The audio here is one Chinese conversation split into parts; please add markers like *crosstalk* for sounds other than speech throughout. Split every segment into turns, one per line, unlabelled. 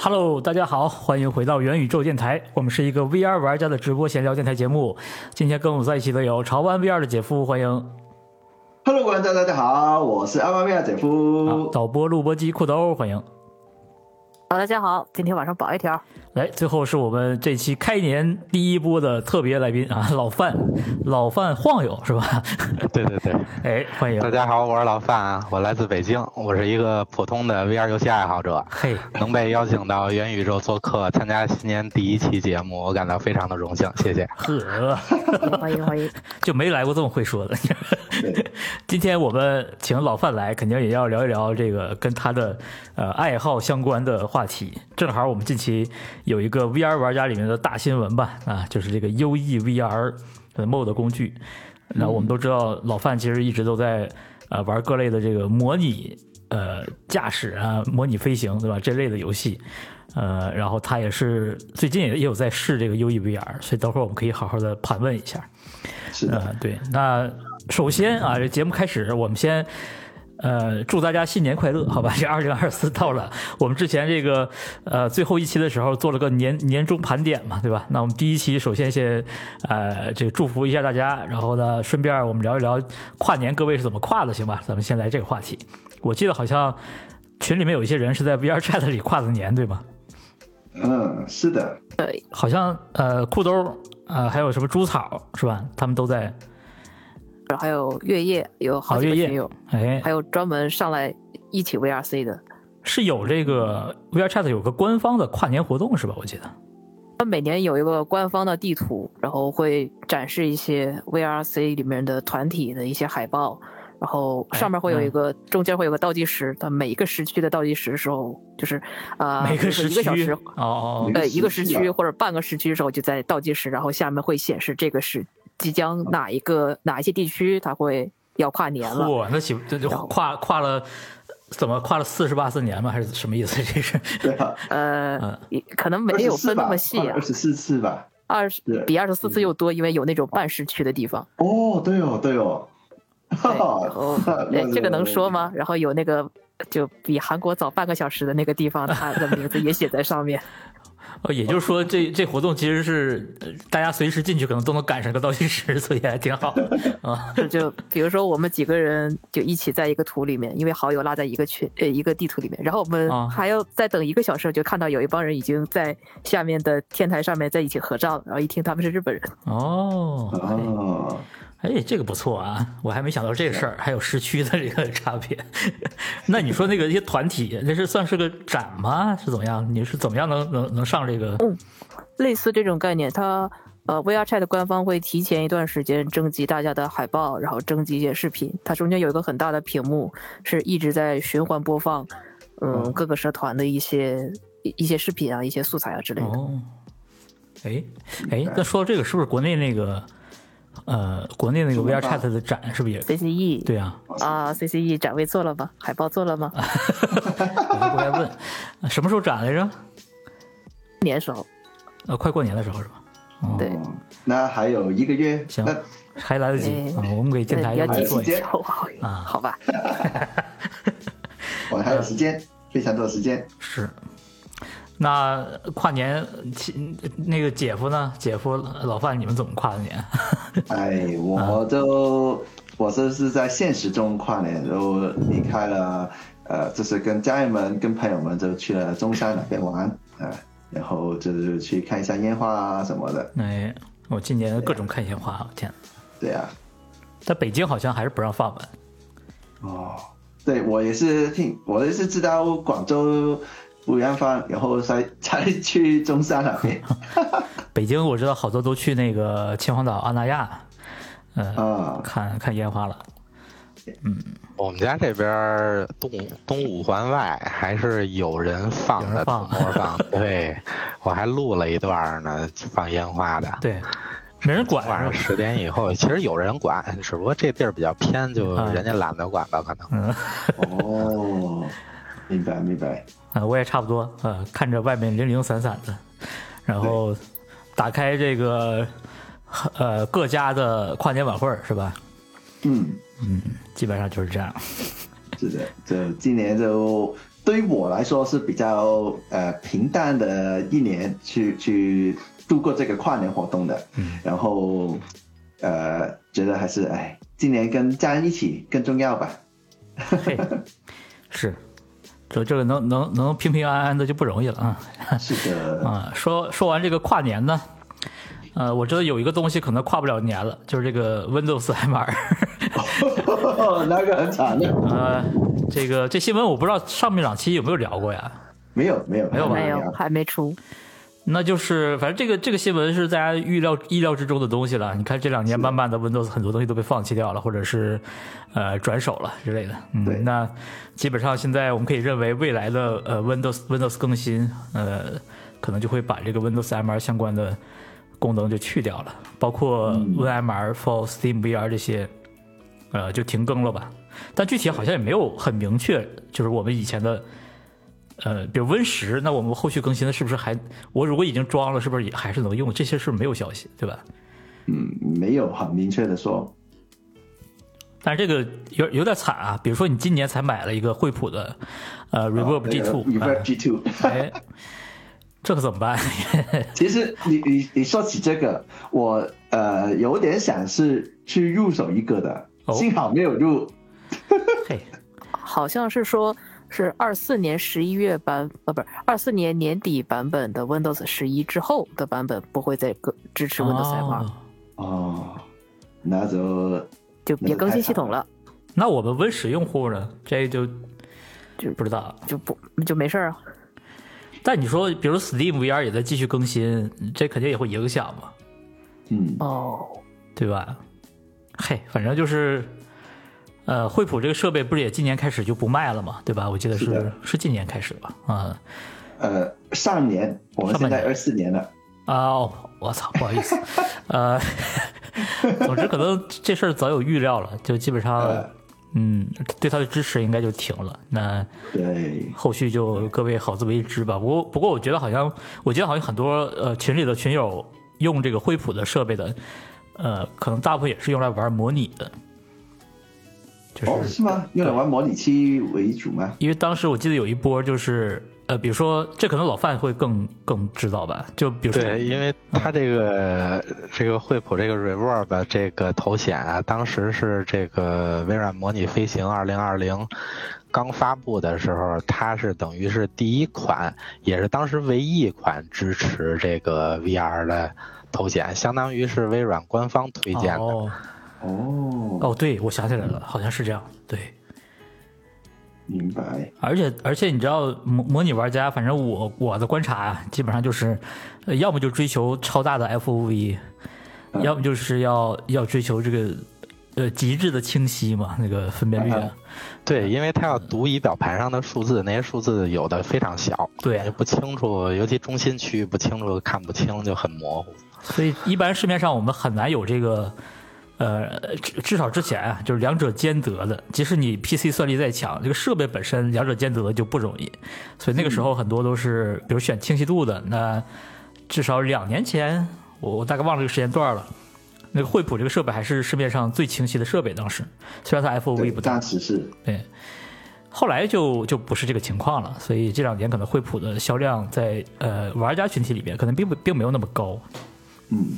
Hello，大家好，欢迎回到元宇宙电台。我们是一个 VR 玩家的直播闲聊电台节目。今天跟我在一起的有潮玩 VR 的姐夫，欢迎；啊
Hello，观众大家好，我是阿巴米亚姐夫。
导播录播机裤兜，欢迎。
好，大家好，今天晚上保一条。
来，最后是我们这期开年第一波的特别来宾啊，老范，老范晃悠是吧？ *laughs*
对对对，
哎，欢迎
大。家好，我是老范啊，我来自北京，我是一个普通的 VR 游戏爱好者，
嘿，
能被邀请到元宇宙做客，参加新年第一期节目，我感到非常的荣幸，谢谢。
呵，
欢迎欢迎，
就没来过这么会说的。
对
*laughs* 今天我们请老范来，肯定也要聊一聊这个跟他的呃爱好相关的话题。正好我们近期有一个 VR 玩家里面的大新闻吧，啊，就是这个优 e VR 的 MOD 工具。那我们都知道，老范其实一直都在呃玩各类的这个模拟呃驾驶啊、模拟飞行，对吧？这类的游戏。呃，然后他也是最近也也有在试这个 U E V R，所以等会儿我们可以好好的盘问一下。
是的，
呃，对，那首先啊，这节目开始，我们先。呃，祝大家新年快乐，好吧？这二零二四到了，我们之前这个呃最后一期的时候做了个年年终盘点嘛，对吧？那我们第一期首先先呃这个祝福一下大家，然后呢顺便我们聊一聊跨年各位是怎么跨的，行吧？咱们先来这个话题。我记得好像群里面有一些人是在 VR Chat 里跨的年，对吗？
嗯，是的，
对，
好像呃裤兜呃还有什么猪草是吧？他们都在
还有月夜，有好
熬
几
月
个
夜
群友，，
哎，
还有专门上来一起 VRC 的，
是有这个 VR Chat 有个官方的跨年活动是吧？我记得
他每年有一个官方的地图，然后会展示一些 VRC 里面的团体的一些海报，然后上面会有一个，中间会有个倒计时，它每一个时区的倒计时的时候，就是呃，
*laughs* 每
比如说
时
一个小
区
时
哦。哦，哦
呃，一个时
一个时区
区
啊
或者半个时区的时候就在倒计时，然后下面会显示这个是即将哪一个哪一些地区它会要跨年了，
哦嚯，那岂这就
然后
跨跨了怎么跨了四十八四年吗？还是什么意思？这是
对啊，
嗯
呃，也可能没有
24
分那
吧
么细啊
二，十四次吧。
二十
对
比二十四次又多，因为有那种半市区的地方。
哦，对哦，对哦。*laughs*
对
哈
然后
哈，
哎，这个能说？吗？然后有那个就比韩国早半个小时的那个地方，它的名字也写在上面。
哦，也就是说这这活动其实是呃大家随时进去可能都能赶上个倒计时，所以还挺好的啊。
就就比如说我们几个人就一起在一个图里面，因为好友拉在一个群呃一个地图里面，然后我
啊
们还要再等一个小时，就看到有一帮人已经在下面的天台上面在一起合照了，然后一听他们是日本人，
哦，
哦，
哎，这个不错啊，我还没想到这个事儿，还有时区的这个差别。 *laughs* 那你说那个一些团体，那是算是个展吗？是怎么样？你是怎么样能能能上这个？
类似这种概念，它呃 VR Chat 官方会提前一段时间征集大家的海报，然后征集一些视频。它中间有一个很大的屏幕，是一直在循环播放，嗯，各个社团的一些一一些视频啊、一些素材啊之类的。
哦，哎哎，那说到这个，是不是国内那个呃，国内那个
什么
VR
吧
Chat 的展是不是也
CCE
对啊？
啊，CCE 展位做了吗？海报做了吗？
我就过来问，呃什么时候展来着？
年首
呃，快过年的时候是吧？
对
哦那还有一个月，
行
那
还来得及啊、
哎
我们给电
对
台
要
要来
记
记
做一
时
下
间。
好吧
啊
好吧，
我还有时间，非常多的时间。
是。那跨年，其那个姐夫呢？姐夫老范，你们怎么跨的年？ *laughs*
哎，我都我这是在现实中跨年，然后离开了，呃，就是跟家人们、跟朋友们就去了中山那边玩，啊、然后就是去看一下烟花啊什么的，
哎，我今年各种看烟花，我天！
对啊，
在北京好像还是不让放吧？
哦，对我也是听，我也是知道广州五羊坊，然后才才去中山那
*laughs*
边
北京我知道好多都去那个秦皇岛阿那亚，呃，
啊，
看看烟花了。
我们家这边儿东东五环外还是有人放
有人
的
放
铜锣放，对我还录了一段儿呢，放烟花的。
对，没人管
晚上
是吧？
十点以后，其实有人管，只不过这地儿比较偏，就
啊
人家懒得管吧，可能。
嗯，
哦，明白明白，
啊，我也差不多，呃，看着外面零零散散的，然后打开这个呃各家的跨年晚会儿是吧？
嗯，
基本上就是这样。
是的，就今年就对于我来说是比较呃平淡的一年去，去度过这个跨年活动的。
嗯
然后呃，觉得还是哎，今年跟家人一起更重要吧。
嘿，是，这这个能能能平平安安的就不容易了啊。
是的，
*laughs* 啊，说说完这个跨年呢，呃，我知道有一个东西可能跨不了年了，就是这个 Windows MR。
*laughs* 那个很惨的，
*laughs* 呃，这个这新闻我不知道上面两期有没有聊过呀？
没有没有
没有吧
没有，还没出。
那就是反正这个这个新闻是大家预料意料之中的东西了。你看这两年慢慢的 Windows 很多东西都被放弃掉了，或者是呃转手了之类的。
对
嗯，那基本上现在我们可以认为未来的呃 Windows Windows 更新呃可能就会把这个 Windows MR 相关的功能就去掉了，包括 WinMR for Steam VR 这些呃就停更了吧。但具体好像也没有很明确，就是我们以前的。呃，比如 Win 十，那我们后续更新的是不是还我如果已经装了，是不是也还是能用？这些是不是没有消息，对吧？
嗯，没有很明确的说，
但是这个有有点惨啊，比如说你今年才买了一个惠普的呃 Reverb G Two，、
Reverb
*laughs*
G Two，
哎，这可怎么办？ *laughs*
其实你你你说起这个，我呃有点想是去入手一个的，
哦
幸好没有入。
*laughs*
嘿，
好像是说，是二四年十一月版，呃，不是二四年年底版本的 Windows 十一之后的版本不会再更支持 Windows MR，、
哦
哦，那就
就别更新系统了，
那我们 Win 十用户呢？这就
就
不知道。
就不就没事儿啊。
但你说，比如 Steam VR 也在继续更新，这肯定也会影响嘛，
嗯，
哦，
对吧？嘿，反正就是，呃，惠普这个设备不是也今年开始就不卖了嘛，对吧？我记得是
是的
是今年开始吧？啊、
呃，上年我们现在
上半
二四年了，
啊、哦我操，不好意思，
*laughs*
呃， *laughs* 总之可能这事儿早有预料了，就基本上
呃，
嗯，对他的支持应该就停了。那
对，
后续就各位好自为之吧。不过，不过我觉得好像，我觉得好像很多呃群里的群友用这个惠普的设备的，呃，可能大部分也是用来玩模拟的，就是、
哦，是吗？用来玩模拟器为主吗？
因为当时我记得有一波就是呃，比如说这可能老范会更更知道吧，就比如说
对，因为它这个、这个惠普这个 Reverb 这个头显啊，当时是这个微软模拟飞行2020刚发布的时候，它是等于是第一款，也是当时唯一一款支持这个 VR 的头显，相当于是微软官方推荐的。
哦
哦，
哦，对，我想起来了，好像是这样，对。
明白，
而且而且你知道模模拟玩家，反正我我的观察啊，基本上就是，呃要么就追求超大的 FOV，
嗯
要么就是要要追求这个呃极致的清晰嘛，那个分辨率啊，
对，因为它要读仪表盘上的数字，那些数字有的非常小，
对
就不清楚，尤其中心区域不清楚，看不清就很模糊。
所以一般市面上我们很难有这个。呃，至至少之前啊，就是两者兼得的。即使你 PC 算力再强，这个设备本身两者兼得就不容易。所以那个时候很多都是，比如选清晰度的，那至少两年前，我我大概忘了这个时间段了。那个惠普这个设备还是市面上最清晰的设备，当时虽然它 FOV
对，
不大
当，时是
对。后来就就不是这个情况了，所以这两年可能惠普的销量在呃玩家群体里面可能并不并没有那么高。
嗯，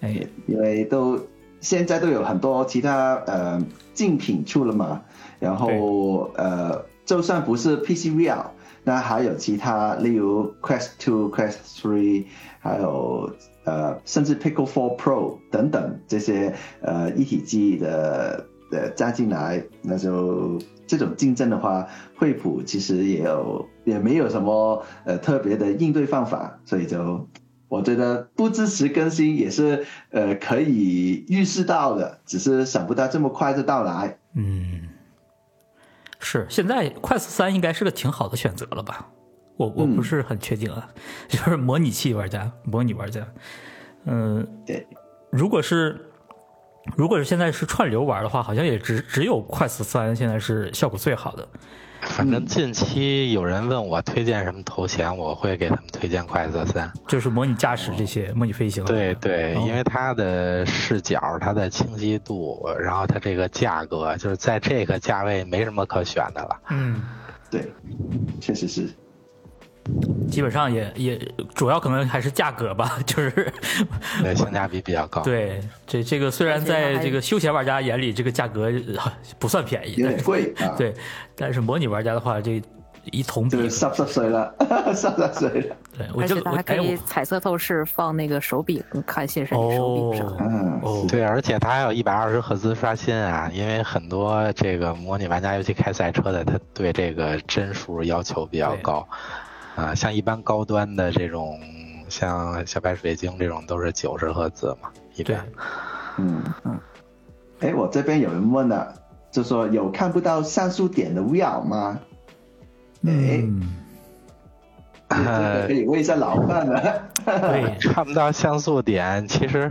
哎，
因为都现在都有很多其他呃竞品出了嘛，然后呃，就算不是 PCVR，那还有其他，例如 Quest Two、Quest Three，还有呃，甚至 Pico Four Pro 等等这些呃一体机的呃加进来，那就这种竞争的话，惠普其实也有也没有什么呃特别的应对方法，所以就我觉得不支持更新也是呃可以预示到的，只是想不到这么快就到来。
嗯，是，现在 Quest 三应该是个挺好的选择了吧？我我
嗯
不是很确定啊， *laughs* 就是模拟器玩家，模拟玩家，嗯，
对，
如果是如果是现在是串流玩的话，好像也只只有 Quest 三现在是效果最好的，
反正近期有人问我推荐什么头衔，我会给他们推荐快色三。
就是模拟驾驶这
哦
些，模拟飞行。
对对，
哦
因为它的视角、它的清晰度，然后它这个价格，就是在这个价位没什么可选的了。 *laughs*
嗯，
对，确实是。
基本上也也主要可能还是价格吧， *laughs* 就是
对，性价比比较高。，
对这这个虽然在这个休闲玩家眼里，这个价格呃不算便宜，
有
但
点
是
贵啊，，
对，但是模拟玩家的话，这一同比
就，是上上水了， *laughs* 上上水了，
对我
而
这
且
个
它
我
还可
哎
以
我
彩色透视放那个手柄，看现身你手柄上。
哎哦
嗯
哦
对，而且它还有一百二十赫兹刷新啊，因为很多这个模拟玩家，尤其开赛车的，他对这个帧数要求比较
对
高。啊、像一般高端的这种，像小白水晶这种，都是九十赫兹嘛，一
对
哎
般。
嗯嗯。哎，我这边有人问了，就说有看不到像素点的 VR 吗？哎，
嗯
这个可以问一下老啊范 *laughs* 了。
对
看不到像素点，其实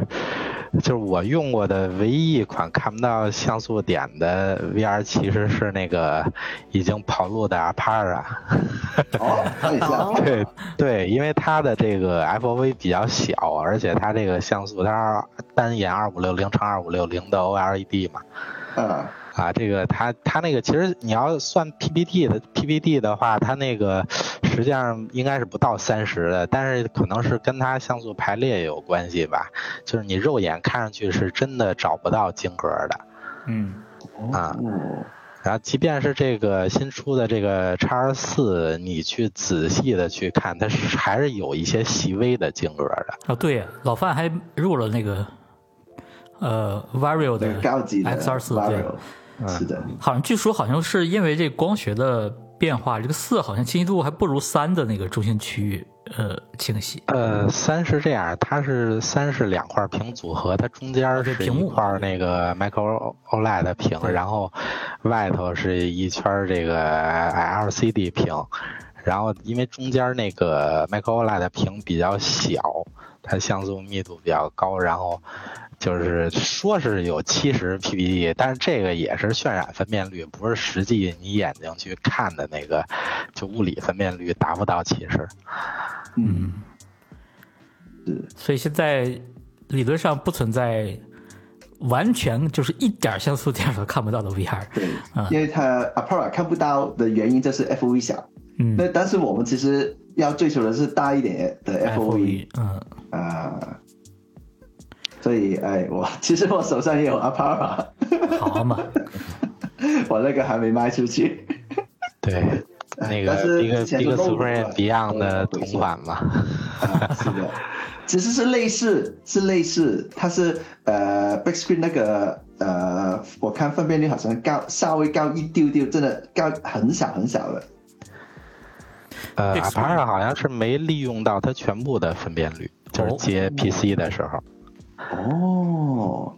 就是我用过的唯一一款看不到像素点的 VR，其实是那个已经跑路的 a p a r a
哦，看一下，
对啊对，因为它的这个 FOV 比较小，而且它这个像素它是二单眼二五六零乘二五六零的 OLED 嘛，
啊，
啊，这个它它那个其实你要算 PPT 的 PPT 的话，它那个实际上应该是不到三十的，但是可能是跟它像素排列有关系吧。就是你肉眼看上去是真的找不到晶格的
嗯
啊。
哦，
然后即便是这个新出的这个 x 二四，你去仔细的去看，它是还是有一些细微的晶格的。
啊对，老范还入了那个呃 Vario
那
的
个高级的
X 二四嗯
v
对
a，是的，
好像据说好像是因为这光学的变化，这个四好像清晰度还不如三的那个中心区域呃清晰。
呃，三是这样，它是三是两块屏组合，它中间儿
对
是
哦屏幕
一块儿那个 micro OLED 的屏，然后外头是一圈儿这个 LCD 屏，然后因为中间儿那个 micro OLED 的屏比较小，它像素密度比较高，然后就是说是有七十 PPD，但是这个也是渲染分辨率，不是实际你眼睛去看的那个，就物理分辨率达不到七十。
嗯，
是
所以现在理论上不存在完全就是一点像素点都看不到的 VR。
对
啊，
因为它 a p a r a 看不到的原因就是 FOV 小，
嗯
那但是我们其实要追求的是大一点的 FOV
，FOV，嗯，
啊。所以，哎，我其实我手上也有 a p a r a
好嘛， *laughs*
我那个还没卖出 *laughs* 去。
对，那
哎但是
个 Big
之前
Big
都漏过
Screen
了
Beyond 的
都漏过
同款嘛，
啊，是的，其实是类似，是类似，它是呃 big screen 那个呃，我看分辨率好像高，稍微高一丢丢，真的高很小很小的。
呃
Big
a p a r 好像是没利用到它全部的分辨率，就
哦
是接 PC 的时候，
哦，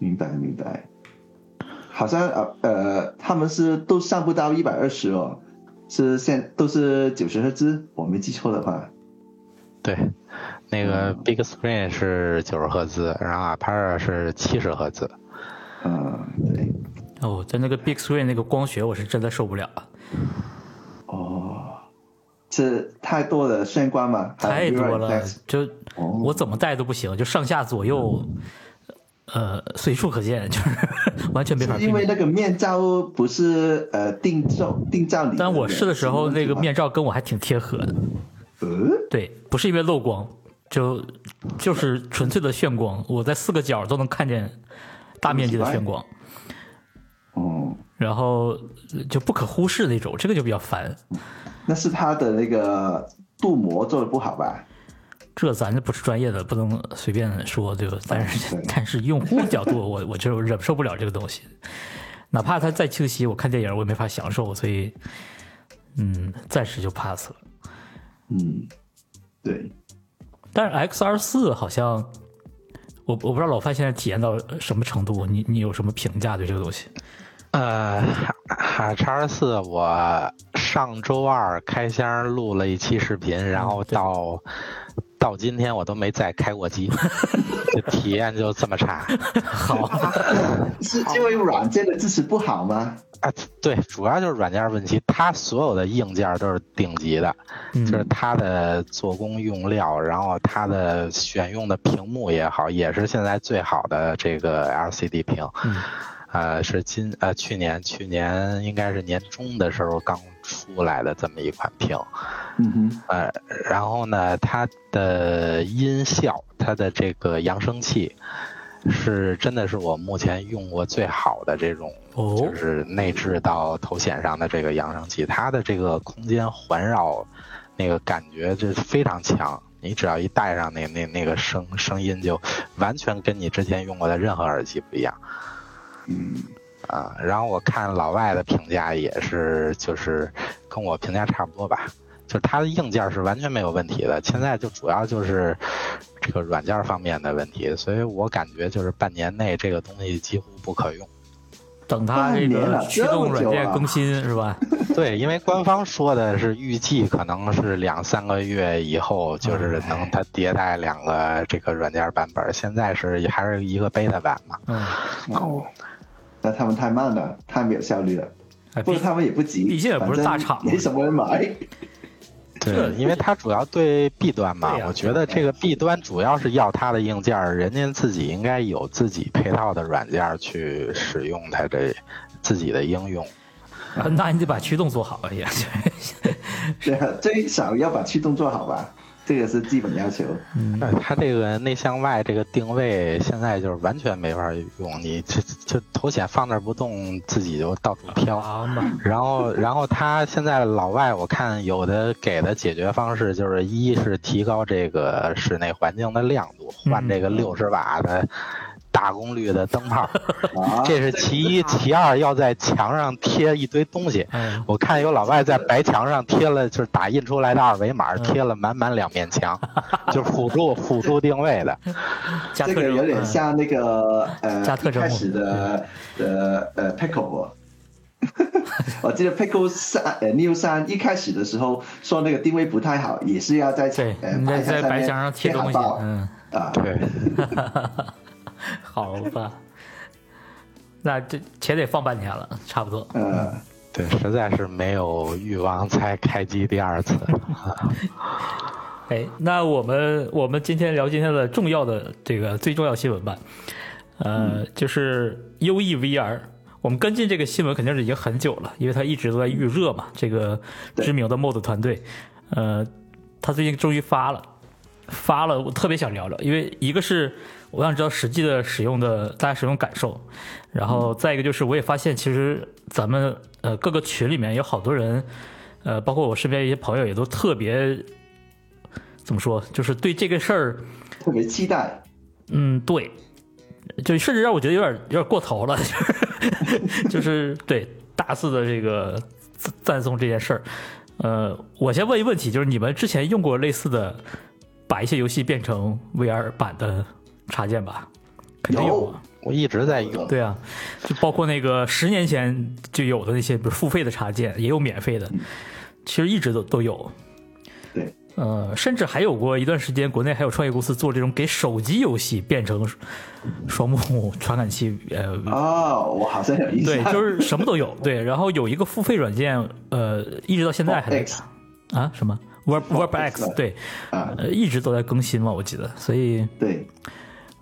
明白明白，好像呃呃，他们是都上不到一百二十哦，是现都是九十赫兹，我没记错的话。
对，那个 Big Screen 是九十赫兹，然后 a p a r 是七十赫兹，
嗯，对，
哦，在那个 Big Screen 那个光学，我是真的受不了啊，
哦，是太多的炫光嘛，还
太
有
多
Mirror
了
Effects，
就
哦
我怎么带都不行，就上下左右，呃，随处可见，就是 *laughs* 完全没法
是
避
因为
免。
那个面罩不是呃定罩定罩里，
但我试的时候，那个面罩跟我还挺贴合的，
呃
对，不是因为漏光，就就是纯粹的眩光，我在四个角都能看见大面积的眩光，
哦，
然后呃就不可忽视那种，这个就比较烦。
那是它的那个镀膜做的不好吧？
这咱就不是专业的，不能随便说，对吧？但是
对
*laughs* 但是用户的角度，我我就忍受不了这个东西，哪怕它再清晰，我看电影我也没法享受，所以嗯，暂时就 pass 了。
嗯，对，
但是 X 二四好像，我我不知道老范现在体验到什么程度，你你有什么评价对这个东西？
呃，叉二四嗯我上周二开箱录了一期视频，然后到到今天我都没再开过机， *laughs* 就体验就这么差
好，
是因为软件的支持不好吗？
啊。对，主要就是软件问题，它所有的硬件都是顶级的，
嗯
就是它的做工用料，然后它的选用的屏幕也好，也是现在最好的这个 LCD 屏。
嗯
呃，是今呃去年去年应该是年中的时候刚出来的这么一款屏，
嗯哼，
呃，然后呢，它的音效，它的这个扬声器，是真的是我目前用过最好的这种，
哦
就是内置到头显上的这个扬声器，它的这个空间环绕那个感觉这非常强。你只要一戴上那那那个声声音，就完全跟你之前用过的任何耳机不一样。
嗯，
啊，然后我看老外的评价也是，就是跟我评价差不多吧，就是它的硬件是完全没有问题的，现在就主要就是这个软件方面的问题，所以我感觉就是半年内这个东西几乎不
*laughs*
可用。
等它这
半年
个
了
驱动软
这么久
件
啊
更新是吧？
对，因为官方说的是预计可能是两三个月以后，
哦
就是能它迭代两个这个软件版本，现在是还是一个 beta 版嘛。
嗯，
哦，
那他们太慢了，太没有效率了。
哎
不过他们也不急，
毕竟也不是大厂
反正没什么人买。 *laughs*
对，因为它主要对 B 端嘛，
对呀
我觉得这个 B 端主要是要它的硬件儿，人家自己应该有自己配套的软件儿去使用它这自己的应用。
啊那你得把驱动做好啊也。 *laughs*
对啊，最少要把驱动做好吧，这个是基本要求。
嗯
那它这个内向外这个定位现在就是完全没法用，你这这头显放那儿不动，自己就到处飘。
好嘛，
然后，然后他现在老外，我看有的给的解决方式就是，一是提高这个室内环境的亮度，换这个六十瓦的大功率的灯泡，
啊，
这是其一；其二，要在墙上贴一堆东西。
哎，
我看有老外在白墙上贴了，就是打印出来的二维码，
嗯
贴了满满两面墙， *laughs* 就是辅助辅助定位的。
加
这
特
个
征
有点
嗯
像那个呃
*laughs* 加特征嗯
一开始的呃呃 Pickle，我记得 Pickle 三呃 New 三一开始的时候说那个定位不太好，也是要在
对，
呃
你在在白
面
墙上贴东西，
海报
嗯，
啊，
对，
好吧。那这且得放半年了，差不多。
呃，
对，实在是没有欲望再开机第二次。
哎，那我们我们今天聊今天的重要的这个最重要新闻吧，呃，就是优 e VR。我们跟进这个新闻肯定是已经很久了，因为它一直都在预热嘛。这个知名的 MOD 团队，呃，他最近终于发了，发了，我特别想聊聊，因为一个是我想知道实际的使用的大家使用感受，然后再一个就是我也发现其实咱们呃各个群里面有好多人，呃，包括我身边一些朋友也都特别怎么说，就是对这个事儿，
特别期待。
嗯，对，就甚至让我觉得有点有点过头了， *laughs* 就是就是对大肆的这个赞赞颂这件事儿。呃，我先问一问题，就是你们之前用过类似的把一些游戏变成 VR 版的插件吧？肯定有啊，
我一直在用。
对啊，就包括那个十年前就有的那些，比如付费的插件，也有免费的，其实一直都都有。
对，
呃，甚至还有过一段时间，国内还有创业公司做这种给手机游戏变成双目传感器，呃，
哦，我好像有印象。
对，就是什么都有。对，然后有一个付费软件，呃，一直到现在还在
X
啊什么 Warp Warp X，
X
对，
啊，
呃，一直都在更新嘛，我记得。所以，
对，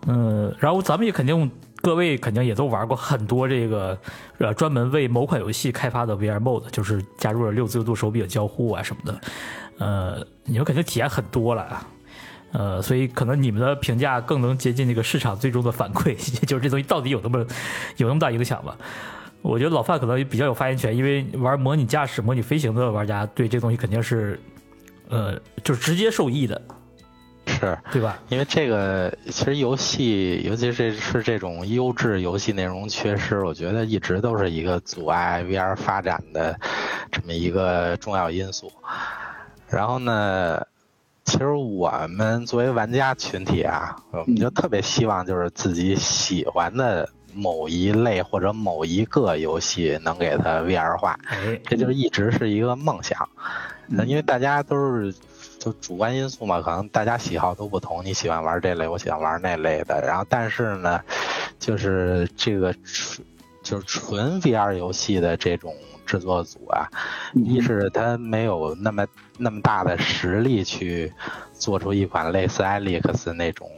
嗯，然后咱们也肯定，各位肯定也都玩过很多这个呃专门为某款游戏开发的 VR Mode，就是加入了六自由度手柄交互啊什么的，呃，你们肯定体验很多了啊。呃，所以可能你们的评价更能接近这个市场最终的反馈， *laughs* 就是这东西到底有那么有那么大影响吗？我觉得老范可能比较有发言权，因为玩模拟驾驶、模拟飞行的玩家对这东西肯定是，呃，就是直接受益的，
是，
对吧？
因为这个其实游戏，尤其是是这种优质游戏内容缺失，我觉得一直都是一个阻碍 VR 发展的这么一个重要因素。然后呢，其实我们作为玩家群体啊，我们就特别希望就是自己喜欢的某一类或者某一个游戏能给它 VR 化。
哎，
这就是一直是一个梦想。
嗯
呃因为大家都是就就主观因素嘛，可能大家喜好都不同，你喜欢玩这类，我喜欢玩那类的。然后但是呢，就是这个纯就是纯 VR 游戏的这种制作组啊，
嗯
一是他没有那么那么大的实力去做出一款类似 Alex 那种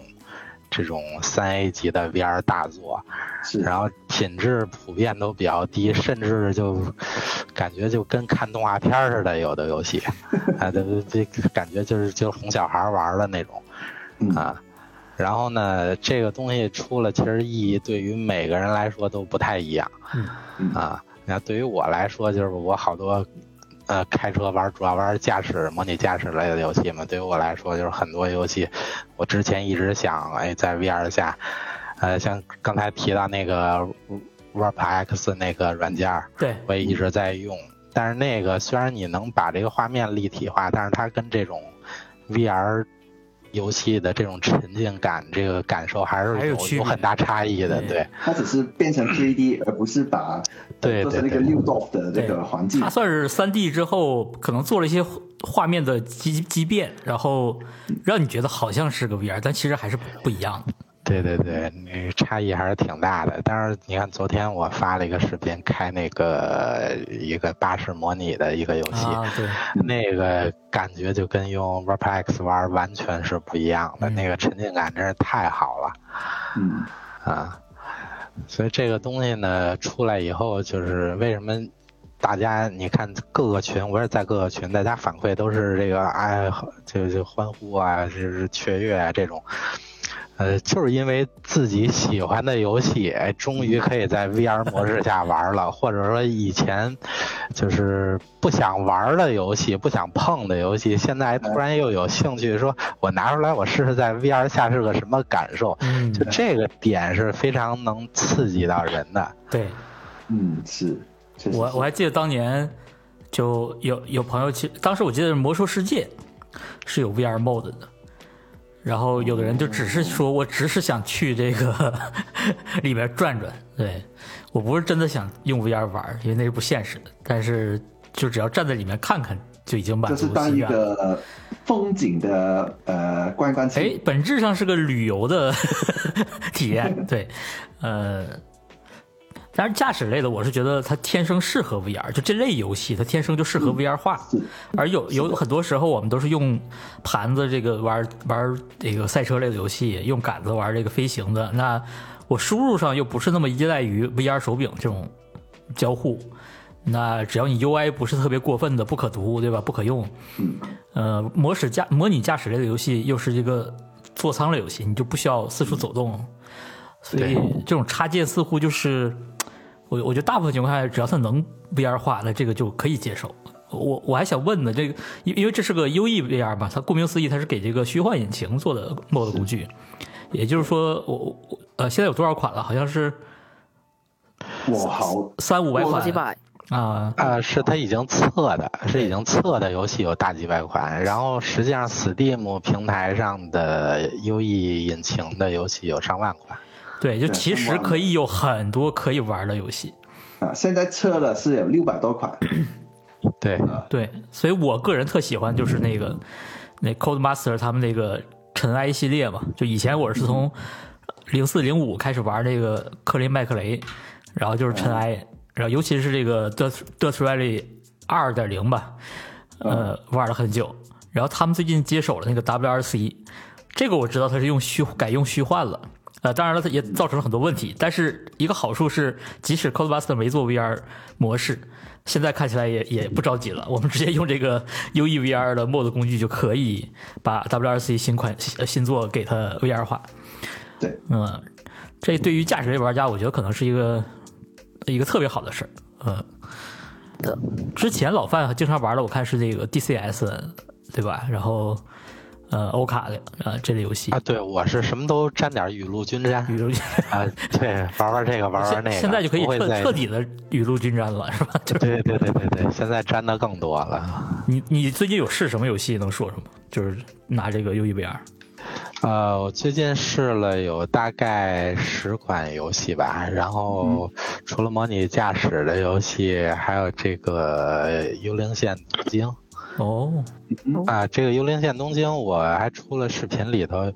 这种三 A 级的 VR 大作，
是
然后品质普遍都比较低，甚至就感觉就跟看动画片儿似的，有的
*laughs*
游戏啊，这这感觉就是就是哄小孩儿玩儿的那种
嗯
啊。然后呢，这个东西出了，其实意义对于每个人来说都不太一样
嗯
嗯
啊。那对于我来说，就是我好多呃开车玩，主要玩驾驶、模拟驾驶类的游戏嘛。对于我来说，就是很多游戏我之前一直想，哎，在 VR 下，呃，像刚才提到那个 Warp X 那个软件儿，
对，
我也一直在用。但是那个虽然你能把这个画面立体化，但是它跟这种 VR 游戏的这种沉浸感、这个感受还
还
是
有
有
区别
有很大差异的。
对
对
它只是变
*clears throat*
成 3D，而不是把
对
就是
对
那个
对，
六 d o 的这个环境
它，算是三 D 之后可能做了一些画面的畸畸变，然后让你觉得好像是个 VR，但其实还是不不一样的。
对对对，那个差异还是挺大的。但是你看，昨天我发了一个视频，开那个一个巴士模拟的一个游戏，
啊，对，
那个感觉就跟用 w a r p x 玩完全是不一样的，
嗯
那个沉浸感真是太好了
嗯，
啊！所以这个东西呢，出来以后就是为什么大家你看各个群，我也在各个群，大家反馈都是这个哎，就就欢呼啊，就是雀跃啊这种。呃，就是因为自己喜欢的游戏，哎，终于可以在 VR 模式下玩了，或者说以前就是不想玩的游戏、不想碰的游戏，现在突然又有兴趣，说我拿出来我试试在 VR 下是个什么感受。
嗯，
就这个点是非常能刺激到人的。
对
嗯，是，确实
我
是
我还记得当年就有有朋友去，当时我记得《魔兽世界》是有 VR mode 的。然后有的人就只是说，我只是想去这个 *laughs* 里边转转，对我不是真的想用 VR 玩，因为那是不现实的。但是就只要站在里面看看，就已经满
就
足
是
心
当一
愿了。
个呃风景的呃观光
哎
器，，
本质上是个旅游
*laughs*
的体验，对，呃，但是驾驶类的，我是觉得它天生适合 VR，就这类游戏它天生就适合 VR 化，
嗯是
而有有很多时候我们都是用盘子这个玩玩这个赛车类的游戏，用杆子玩这个飞行的，那我输入上又不是那么依赖于 VR 手柄这种交互，那只要你 UI 不是特别过分的不可读，对吧？不可用，呃，模式驾模拟驾驶类的游戏又是一个座舱类游戏，你就不需要四处走动，所以这种插件似乎就是我我觉得大部分情况下，只要它能 VR 化，那这个就可以接受。我我还想问呢，这个因因为这是个 UE VR 嘛，它顾名思义，它是给这个虚幻引擎做的 MOD 工具，也就是说，我我我呃，现在有多少款了？好像是
我好
三五百
好
款
几百，
啊、
啊、是它已经测的，是已经测的游戏有大几百款，然后实际上 Steam 平台上的 UE 引擎的游戏有上万款。
对，就
对
其实可以有很多可以玩的游戏。
啊，现在测了是有六百多款，
嗯对，
对，所以我个人特喜欢就是那个那 Codemaster 他们那个尘埃系列嘛，就以前我是从零四零五开始玩那个克林麦克雷，然后就是尘埃，然后尤其是这个 Dirt Dirt Rally 二点零吧，呃，玩了很久。然后他们最近接手了那个 WRC，这个我知道它是用虚改用虚幻了。呃，当然了，它也造成了很多问题，但是一个好处是，即使 Codemaster 没做 VR 模式，现在看起来也也不着急了，我们直接用这个 UE VR 的 MOD 工具就可以把 WRC 新款呃新作给它 VR 化。
对，
嗯，这对于驾驶类玩家，我觉得可能是一个一个特别好的事儿。嗯，
的
之前老范经常玩的，我看是这个 DCS，对吧？然后呃，欧卡的呃这类游戏
啊，，对我是什么都沾点雨露均沾
雨 *laughs* 露均
啊，对，玩玩这个，玩玩那个，
现在就可以
不会
彻
再
彻底的雨露均沾了，是吧？就是
对对对对对，现在沾的更多了。
你你最近有试什么游戏能说什么？就是拿这个 E UE VR。
呃，我最近试了有大概十款游戏吧，然后除了模拟驾驶的游戏，还有这个《幽灵线：途经》
哦，
啊，这个《幽灵线：东京》我还出了视频里头，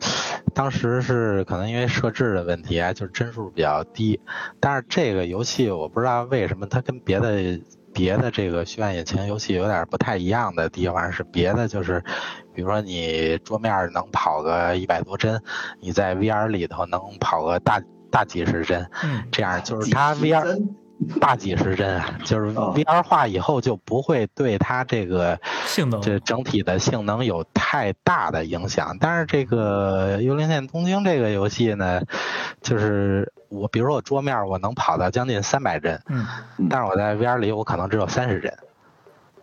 当时是可能因为设置的问题啊，就是帧数比较低。但是这个游戏我不知道为什么它跟别的别的这个虚幻引擎游戏有点不太一样的地方是，别的就是，比如说你桌面能跑个一百多帧，你在 VR 里头能跑个大大几十帧，
嗯，
这
啊
样就是啊它 VR
真
大几十帧啊，就是
哦
VR 化以后就不会对它这个。
性能
这整体的性能有太大的影响。但是这个《幽灵线：东京》这个游戏呢，就是我比如说我桌面我能跑到将近三百帧，
嗯
但是我在 VR 里我可能只有三十帧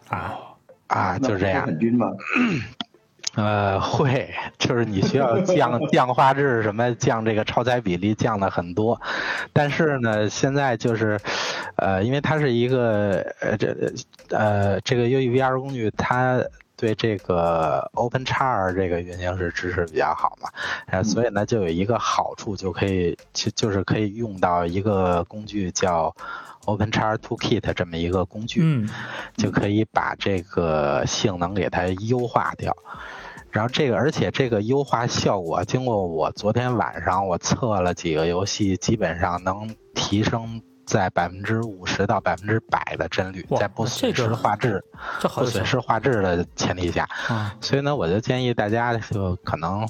啊，
啊，就是这样
那不。很晕吗？
呃，会，就是你需要降 *laughs* 降画质，什么降这个超载比例降了很多，但是呢，现在就是，呃，因为它是一个呃这呃这个 U E V R 工具，它对这个 Open Char 这个运行是支持比较好嘛，呃，所以呢就有一个好处，就可以就就是可以用到一个工具叫 Open Char Toolkit 这么一个工具，
嗯
就可以把这个性能给它优化掉。然后这个，而且这个优化效果，经过我昨天晚上我测了几个游戏，基本上能提升在百分之五十到百分之百的帧率，
哇
在不
那
损
这
失
个
画质、
这好
不损失画质的前提下，
啊，
所以呢，我就建议大家就可能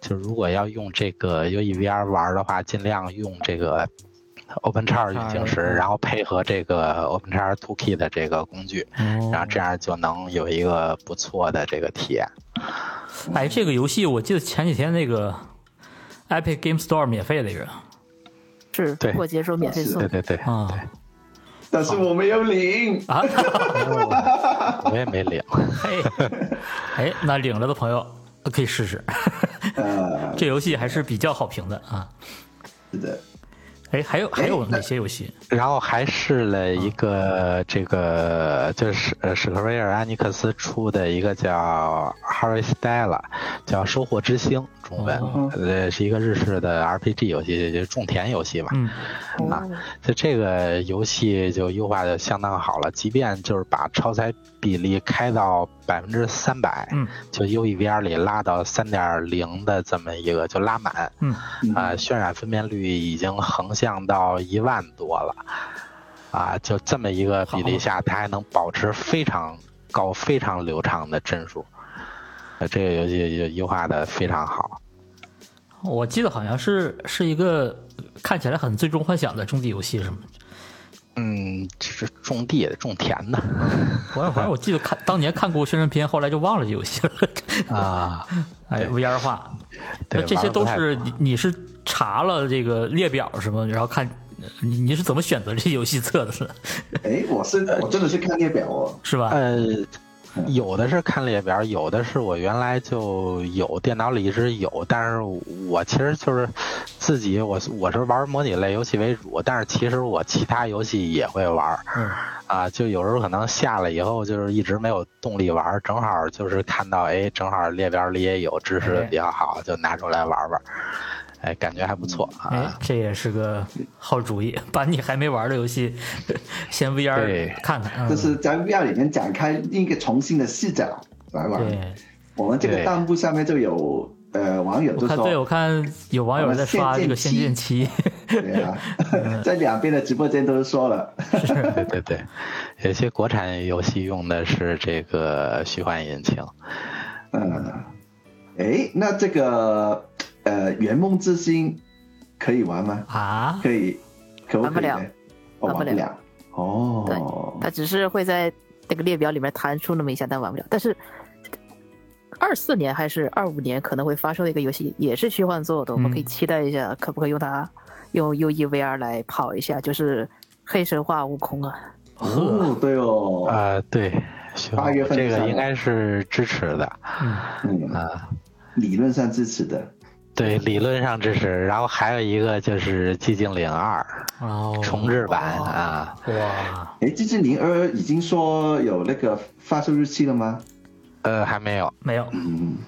就如果要用这个 UEVR 玩的话，尽量用这个 OpenChar 运行时，
嗯
然后配合这个 OpenChar Toolkit 的这个工具，
哦
然后这样就能有一个不错的这个体验。
哎，这个游戏我记得前几天那个 Epic Game Store 免费那个
是
对
过节时候免费送
对。对哎对，
啊
但是我没有领，
啊，
我也没领。
嘿，哎，那领了的朋友可以试 *laughs* 试，
呃，
这游戏还是比较好评的啊。
是的，
哎，还有还有
哎那
哪些游戏？
然后还试了一个这个就是呃史克威尔安尼克斯出的一个叫《Harvestella》，叫《收获之星》中文，
哦
呃，是一个日式的 RPG 游戏，就是种田游戏嘛。
嗯
啊，
哦
就这个游戏就优化的相当好了，即便就是把超载比例开到百分之三百，
嗯
就 UEVR 里拉到三点零的这么一个就拉满，
嗯，
啊、渲染分辨率已经横向到一万多了，啊，就这么一个比例下，它还能保持非常高、非常流畅的帧数，呃，这个游戏就优化的非常好。
我记得好像是是一个看起来很最终幻想的种地游戏什么的。
嗯，这是种地的、种田的
*laughs* 我反正我记得看当年看过宣传片，后来就忘了这游戏了。
*laughs*
*laughs*
啊，
哎
对
，VR 化，
对
那这些都
玩得
是你你是查了这个列表什么，然后看你你是怎么选择这些游戏册的呢，
哎，我是我真的是看列表哦，
是吧？
呃，有的是看列表，有的是我原来就有，电脑里一直有，但是我其实就是自己，我是我是玩模拟类游戏为主，但是其实我其他游戏也会玩儿
嗯
啊，就有时候可能下了以后就是一直没有动力玩儿，正好就是看到哎，正好列表里也有支持的比较好，就拿出来玩玩，哎，感觉还不错啊。
哎，这也是个好主意，把你还没玩的游戏先 VR
对
看看。嗯
就是在 VR 里面展开另一个重新的视角来玩。
对，
我们这个
对
弹幕下面就有呃网友
我
就
看对，我
说，
看有网友在刷这个《仙剑七》，
*laughs* 对啊，*laughs*
嗯
在两边的直播间都说了，
对对对，有些国产游戏用的是这个虚幻引擎。
嗯，哎，那这个呃圆梦之星可以玩
*laughs*
吗？
啊，
可以，可不可以呢？
玩
哦，
不了
玩
玩不
不了。哦，
它只是会在那个列表里面弹出那么一下，但玩不了。但是二四年还是二五年可能会发售的一个游戏，也是虚幻做的，我们
嗯
可以期待一下，可不可以用它用 UEVR 来跑一下？就是黑神话悟空啊，
哦，对哦，
啊，对，虚
八
幻
月份
这
就上
个
了
应该是支持的
嗯，
嗯，
啊，
理论上支持的。
对，理论上支持。然后还有一个就是《寂静岭二
然后》
重置版
哦
啊，
哇，
哎，寂静零二已经说有那个发售日期了吗？
呃，还没有。
没有，
嗯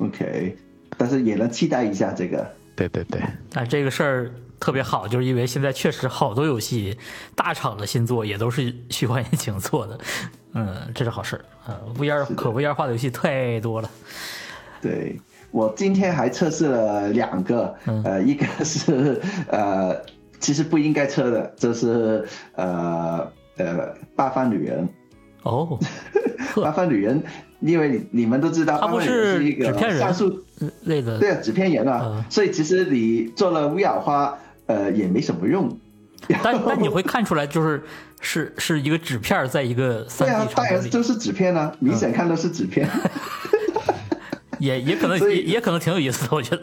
，OK，但是也能期待一下这个。
对对对，
但这个事儿特别好，就是因为现在确实好多游戏大厂的新作也都是虚幻引擎做的，嗯，这是好事儿啊、VR
是的
可 VR 化的游戏太多了，
对我今天还测试了两个，
嗯
呃，一个是呃，其实不应该测的，就是呃呃，八方旅人，
哦，
*laughs*
呵
八方旅人，因为你你们都知道，
它
八
不
方旅人
是
一个
纸片人
像素，
嗯那个
对啊，纸片人
嗯
啊，所以其实你做了 VR 花，呃，也没什么用。
但但你会看出来，就是是是一个纸片儿在一个
对
三
啊
D，
当
场
然
景里，
都是纸片啊，明
嗯
显看都是纸片。
也也可能
所
也
以
也可能挺有意思的，我觉得。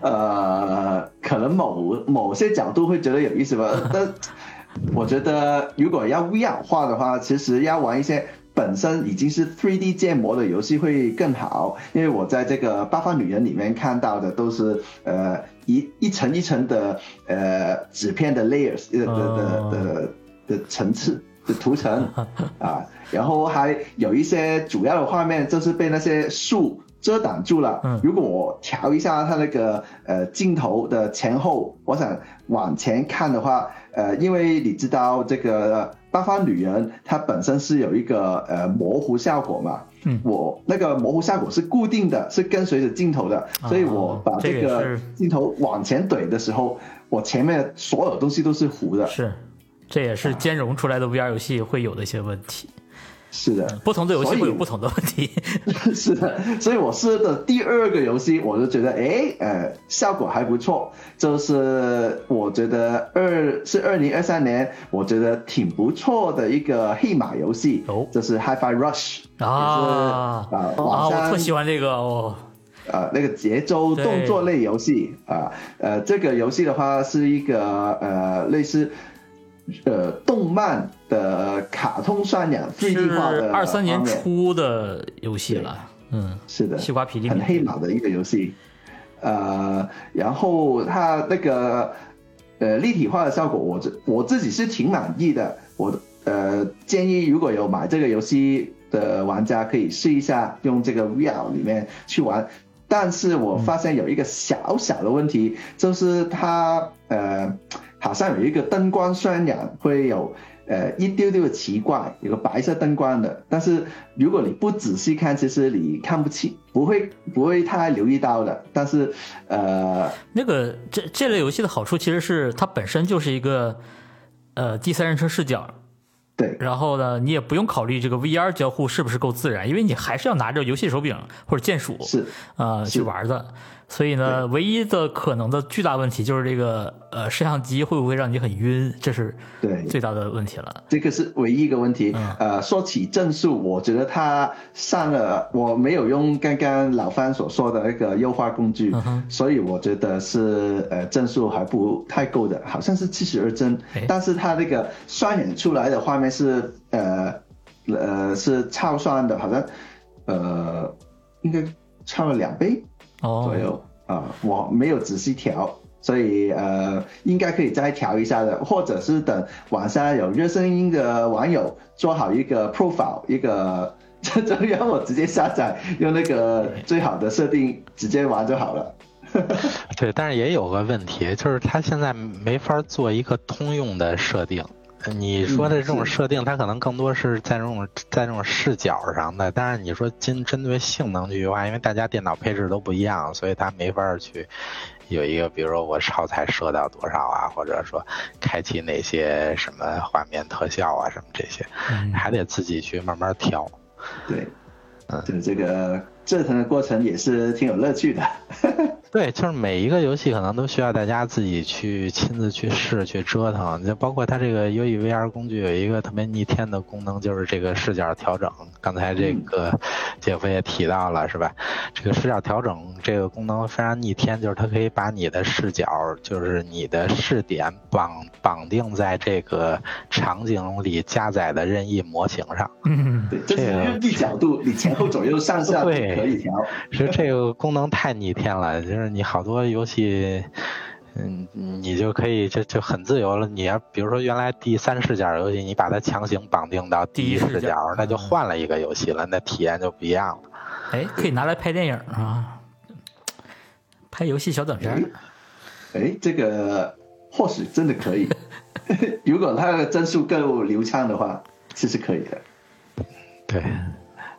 呃，可能某某些角度会觉得有意思吧，但我觉得如果要 VR 化的话，其实要玩一些本身已经是 3D 建模的游戏会更好，因为我在这个《八方女人》里面看到的都是呃一一层一层的呃纸片的 layers 呃
哦
的的的的层次的图层啊，然后还有一些主要的画面就是被那些树遮挡住了。
嗯
如果我调一下它那个呃镜头的前后，我想往前看的话，呃，因为你知道这个八方旅人它本身是有一个呃模糊效果嘛。
嗯
我那个模糊效果是固定的，是跟随着镜头的，所以我把
啊这个
这
也
个
是
镜头往前怼的时候，我前面的所有东西都是糊的。
是，这也是兼容出来的 VR 游戏会有的一些问题，
是的，
不同的游戏
所以
会有不同的问题。
*laughs* 是的，所以我试的第二个游戏，我就觉得，哎，呃，效果还不错。就是我觉得二是二零二三年，我觉得挺不错的一个黑马游戏，
哦
就是 HiFi Rush
啊
也是呃，
啊，
网
我
上
特喜欢这个哦，
呃那个节奏
对
动作类游戏啊、呃，这个游戏的话是一个呃类似呃动漫的卡通酸养 3D 化
是
的
二三年
方面
初的游戏了，嗯，
是的，
西瓜皮利
很
米
黑马的一个游戏。呃，然后它那个呃立体化的效果，我自我自己是挺满意的。我呃建议如果有买这个游戏的玩家，可以试一下用这个 VR 里面去玩。但是我发现有一个小小的问题，就是它呃好像有一个灯光渲染会有呃一丢丢的奇怪，有个白色灯光的，但是如果你不仔细看，其实你看不清，不会不会太留意到的。但是呃，
那个这这类游戏的好处其实是它本身就是一个呃第三人称视角，
对
然后呢，你也不用考虑这个 VR 交互是不是够自然，因为你还是要拿着游戏手柄或者键鼠
是
啊、呃去玩的。所以呢，唯一的可能的巨大问题就是这个呃摄像机会不会让你很晕，这是
对
最大的问题了。
这个是唯一一个问题
嗯。
呃，说起帧数，我觉得它上了，我没有用刚刚老番所说的那个优化工具
嗯哼，
所以我觉得是呃帧数还不太够的，好像是七十二帧
哎，
但是它那个渲染出来的画面是呃呃是超算的，好像呃应该超了两倍
哦
左，右啊、我没有仔细调，所以呃，应该可以再调一下的，或者是等网上有热声音的网友做好一个 profile，一个 *laughs* 这就让我直接下载，用那个最好的设定直接玩就好了。
对，但是也有个问题，就是它现在没法做一个通用的设定。呃你说的这种
是
设定，它可能更多是在这种在这种视角上的。但是你说针针对性能去优化，因为大家电脑配置都不一样，所以它没法儿去有一个，比如说我超彩设到多少啊，或者说开启哪些什么画面特效啊，什么这些，
嗯
还得自己去慢慢调。
对
嗯，
就是这个折腾的过程也是挺有乐趣的。
对，就是每一个游戏可能都需要大家自己去亲自去试去折腾，就包括它这个 UE VR 工具有一个特别逆天的功能，就是这个视角调整。刚才这个姐夫也提到了，是吧？这个视角调整这个功能非常逆天，就是它可以把你的视角，就是你的视点绑绑定在这个场景里加载的任意模型上。
*laughs*
嗯，
对，这
这
是
个
任意角度，你前后左右上下都
对
可以调。
其实这个功能太逆天了，就是你好多游戏，嗯，你就可以就就很自由了。你要比如说原来第三视角游戏，你把它强行绑定到第一
第一视
视
角
角，那就换了一个游戏了，那体验就不一样了。
哎，可以拿来拍电影啊，拍游戏小短片儿。
哎，这个或许真的可
*laughs*
以，如果它的帧数够流畅的话，其实可以的。
对，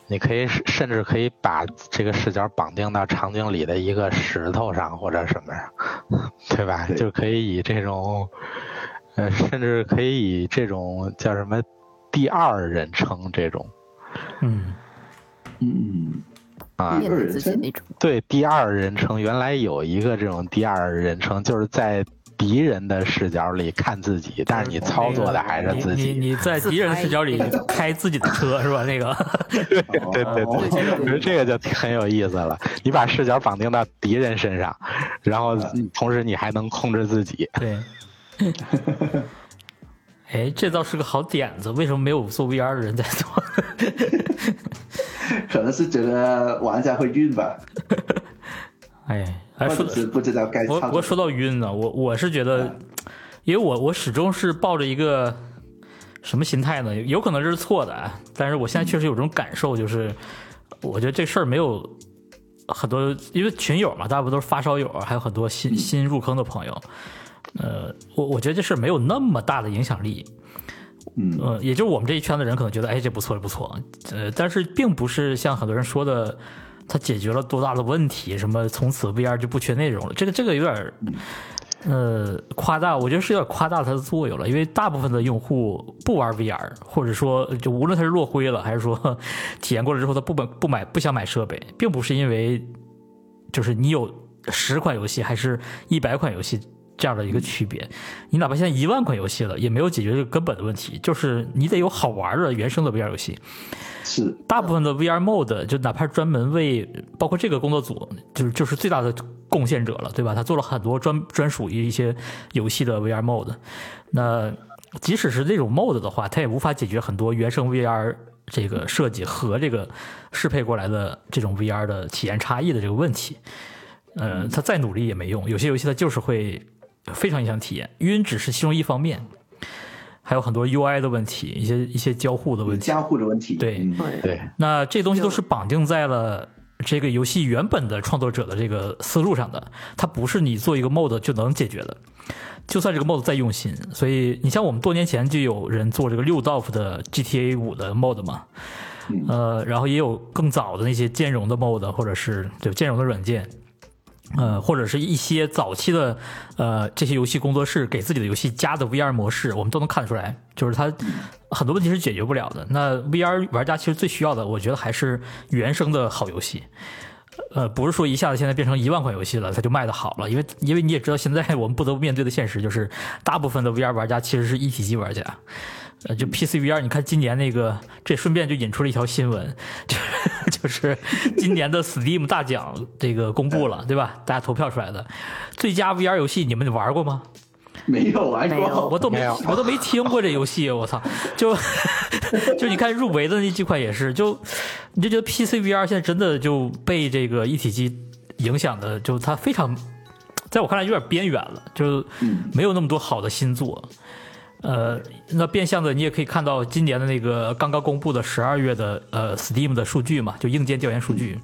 你可以甚至可以把这个视角绑定到场景里的一个石头上或者什么上，对吧？
对
就可以以这种，呃，甚至可以以这种叫什么第二人称这种
嗯，
嗯，
啊，
面对自己那种，
对，第二人称原来有一个这种第二人称，就是在敌人的视角里看自己，但是你操作的还是自
你你
己。
你在敌人视角里开自己的
*laughs*
车是吧？那个，
对对对，
哦
我觉得这个就很有意思了。你把视角绑定到敌人身上，然后
嗯
同时你还能控制自己。
对。哎，这倒是个好点子，为什么没有做 VR 的人在做？ *laughs*
可能是觉得玩家会晕吧，
哎，哎，
或
说
者是不知道该
我
操
不
作
过。说到晕呢，我我是觉得，因为我我始终是抱着一个什么心态呢？有可能这是错的，啊，但是我现在确实有种感受，就是我觉得这事儿没有很多，因为群友嘛，大部分都是发烧友，还有很多新新入坑的朋友。呃，我我觉得这事儿没有那么大的影响力，
嗯
呃，也就是我们这一圈的人可能觉得，哎，这不错，这不错，呃，但是并不是像很多人说的，它解决了多大的问题，什么从此 VR 就不缺内容了，这个这个有点儿，呃，夸大，我觉得是有点夸大它的作用了，因为大部分的用户不玩 VR，或者说就无论他是落灰了，还是说 *laughs* 体验过了之后他不买不买不想买设备，并不是因为就是你有十款游戏还是一百款游戏这样的一个区别。你哪怕现在一万款游戏了，也没有解决这个根本的问题，就是你得有好玩的原生的 VR 游戏。
是
大部分的 VR mode 就哪怕是专门为包括这个工作组，就是就是最大的贡献者了，对吧？他做了很多专专属于一些游戏的 VR mode。那即使是那种 mode 的话，它也无法解决很多原生 VR 这个设计和这个适配过来的这种 VR 的体验差异的这个问题。呃，它再努力也没用，有些游戏它就是会非常影响体验，晕只是其中一方面，还有很多 UI 的问题，一些一些交互的问题。
交互的问题。
对
嗯
对，
对，
那这东西都是绑定在了这个游戏原本的创作者的这个思路上的，它不是你做一个 mod 就能解决的。就算这个 mod 再用心，所以你像我们多年前就有人做这个六道夫的 GTA 五的 mod 嘛，呃，然后也有更早的那些兼容的 mod 或者是就兼容的软件，呃，或者是一些早期的呃这些游戏工作室给自己的游戏加的 VR 模式，我们都能看得出来，就是它很多问题是解决不了的。那 VR 玩家其实最需要的，我觉得还是原生的好游戏。呃，不是说一下子现在变成一万款游戏了，它就卖的好了，因为因为你也知道，现在我们不得不面对的现实就是，大部分的 VR 玩家其实是一体机玩家。呃，就 PC VR，你看今年那个，这顺便就引出了一条新闻， *laughs* 就是就是今年的 Steam 大奖这个公布了，对吧？大家投票出来的最佳 VR 游戏，你们玩过吗？
没有玩
没有
过，
我都没
没有
我都没听过这游戏，我操！就就你看入围的那几款也是，就你就觉得 PC VR 现在真的就被这个一体机影响的，就它非常，在我看来有点边缘了，就没有那么多好的新作。呃，那变相的你也可以看到今年的那个刚刚公布的十二月的呃 Steam 的数据嘛，就硬件调研数据，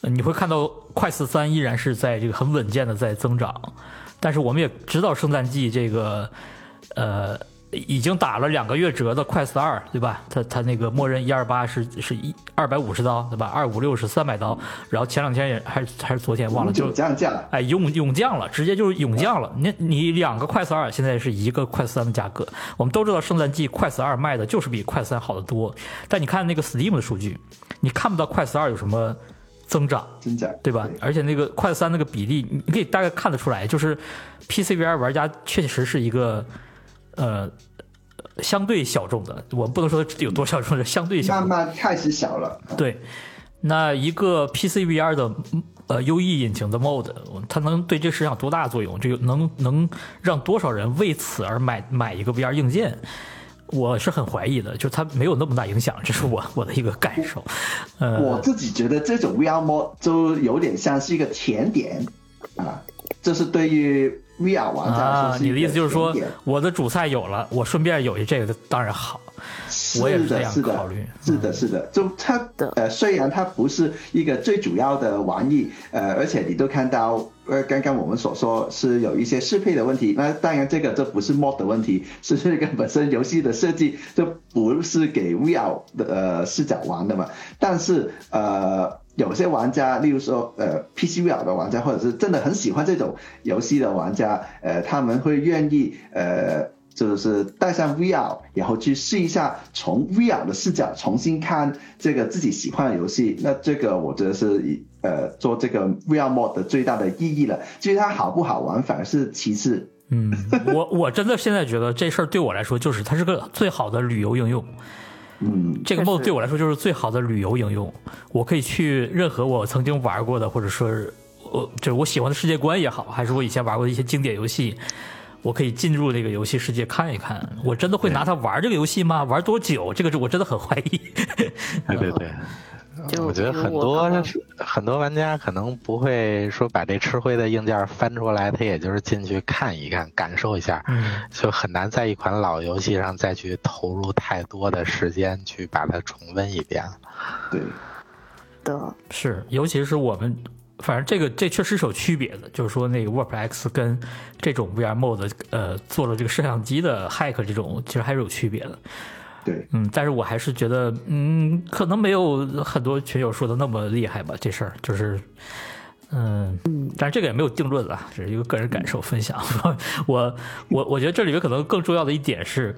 呃你会看到快四三依然是在这个很稳健的在增长，但是我们也知道圣诞季这个呃已经打了两个月折的快四二，对吧？它它那个默认一二八是是一二百五十刀，对吧？二五六是三百刀，然后前两天也还是还是昨天忘了
红
就
酒降价，
哎，涌涌降了，直接就是涌降了。你你两个快四二现在是一个快三的价格，我们都知道圣诞季快四二卖的就是比快三好得多，但你看那个 Steam 的数据，你看不到快四二有什么增长，
真假
对吧？而且那个快三那个比例，你你可以大概看得出来，就是 PCVR 玩家确实是一个呃相对小众的，我们不能说有多小众，是相对小
慢
众。
慢开始小了，啊
对，那一个 PCVR 的嗯呃 UE 引擎的 mod，它能对这个市场多大作用？这个能能让多少人为此而买买一个 VR 硬件？我是很怀疑的，就它没有那么大影响，这是我我的一个感受。呃，
我自己觉得这种 VR mod 就有点像是一个甜点啊，就是对于 VR 玩家来
啊
说，是一
你
个
的意思就是说
甜点，
我的主菜有了，我顺便有一这个，当然
*laughs*
好。
是
我也是这
的，
样
是的
考虑嗯
是的，是的，就它
的
呃，虽然它不是一个最主要的玩意，呃，而且你都看到呃，刚刚我们所说是有一些适配的问题，那当然这个这不是 mod 的问题，是这个本身游戏的设计，这不是给 VR 的呃视角玩的嘛。但是呃，有些玩家，例如说呃 PC VR 的玩家，或者是真的很喜欢这种游戏的玩家，呃，他们会愿意呃。就是带上 VR，然后去试一下从 VR 的视角重新看这个自己喜欢的游戏。那这个我觉得是一呃做这个 VR mod 的最大的意义了。至于它好不好玩，反而是其次。
嗯，我我真的现在觉得这事儿对我来说就是它是个最好的旅游应用。
嗯，
这个
确
mod
实
对我来说就是最好的旅游应用，我可以去任何我曾经玩过的，或者说是我就是我喜欢的世界观也好，还是我以前玩过的一些经典游戏，我可以进入这个游戏世界看一看。我真的会拿它玩这个游戏吗？玩多久？这个是我真的很怀疑。
*laughs* 对对对，
就
我觉得
比如
很
我
多
刚刚
很多玩家可能不会说把这吃灰的硬件翻出来，他也就是进去看一看，感受一下，
嗯
就很难在一款老游戏上再去投入太多的时间去把它重温一遍。
对，
的，
是，尤其是我们，反正这个这确实是有区别的，就是说那个 Warp X 跟这种 VR Mode 呃做了这个摄像机的 hack 这种，其实还是有区别的。
对，
嗯，但是我还是觉得，嗯，可能没有很多群友说的那么厉害吧，这事儿就是。嗯，但是这个也没有定论了，只是一个个人感受分享。 *laughs* 我我我觉得这里面可能更重要的一点是，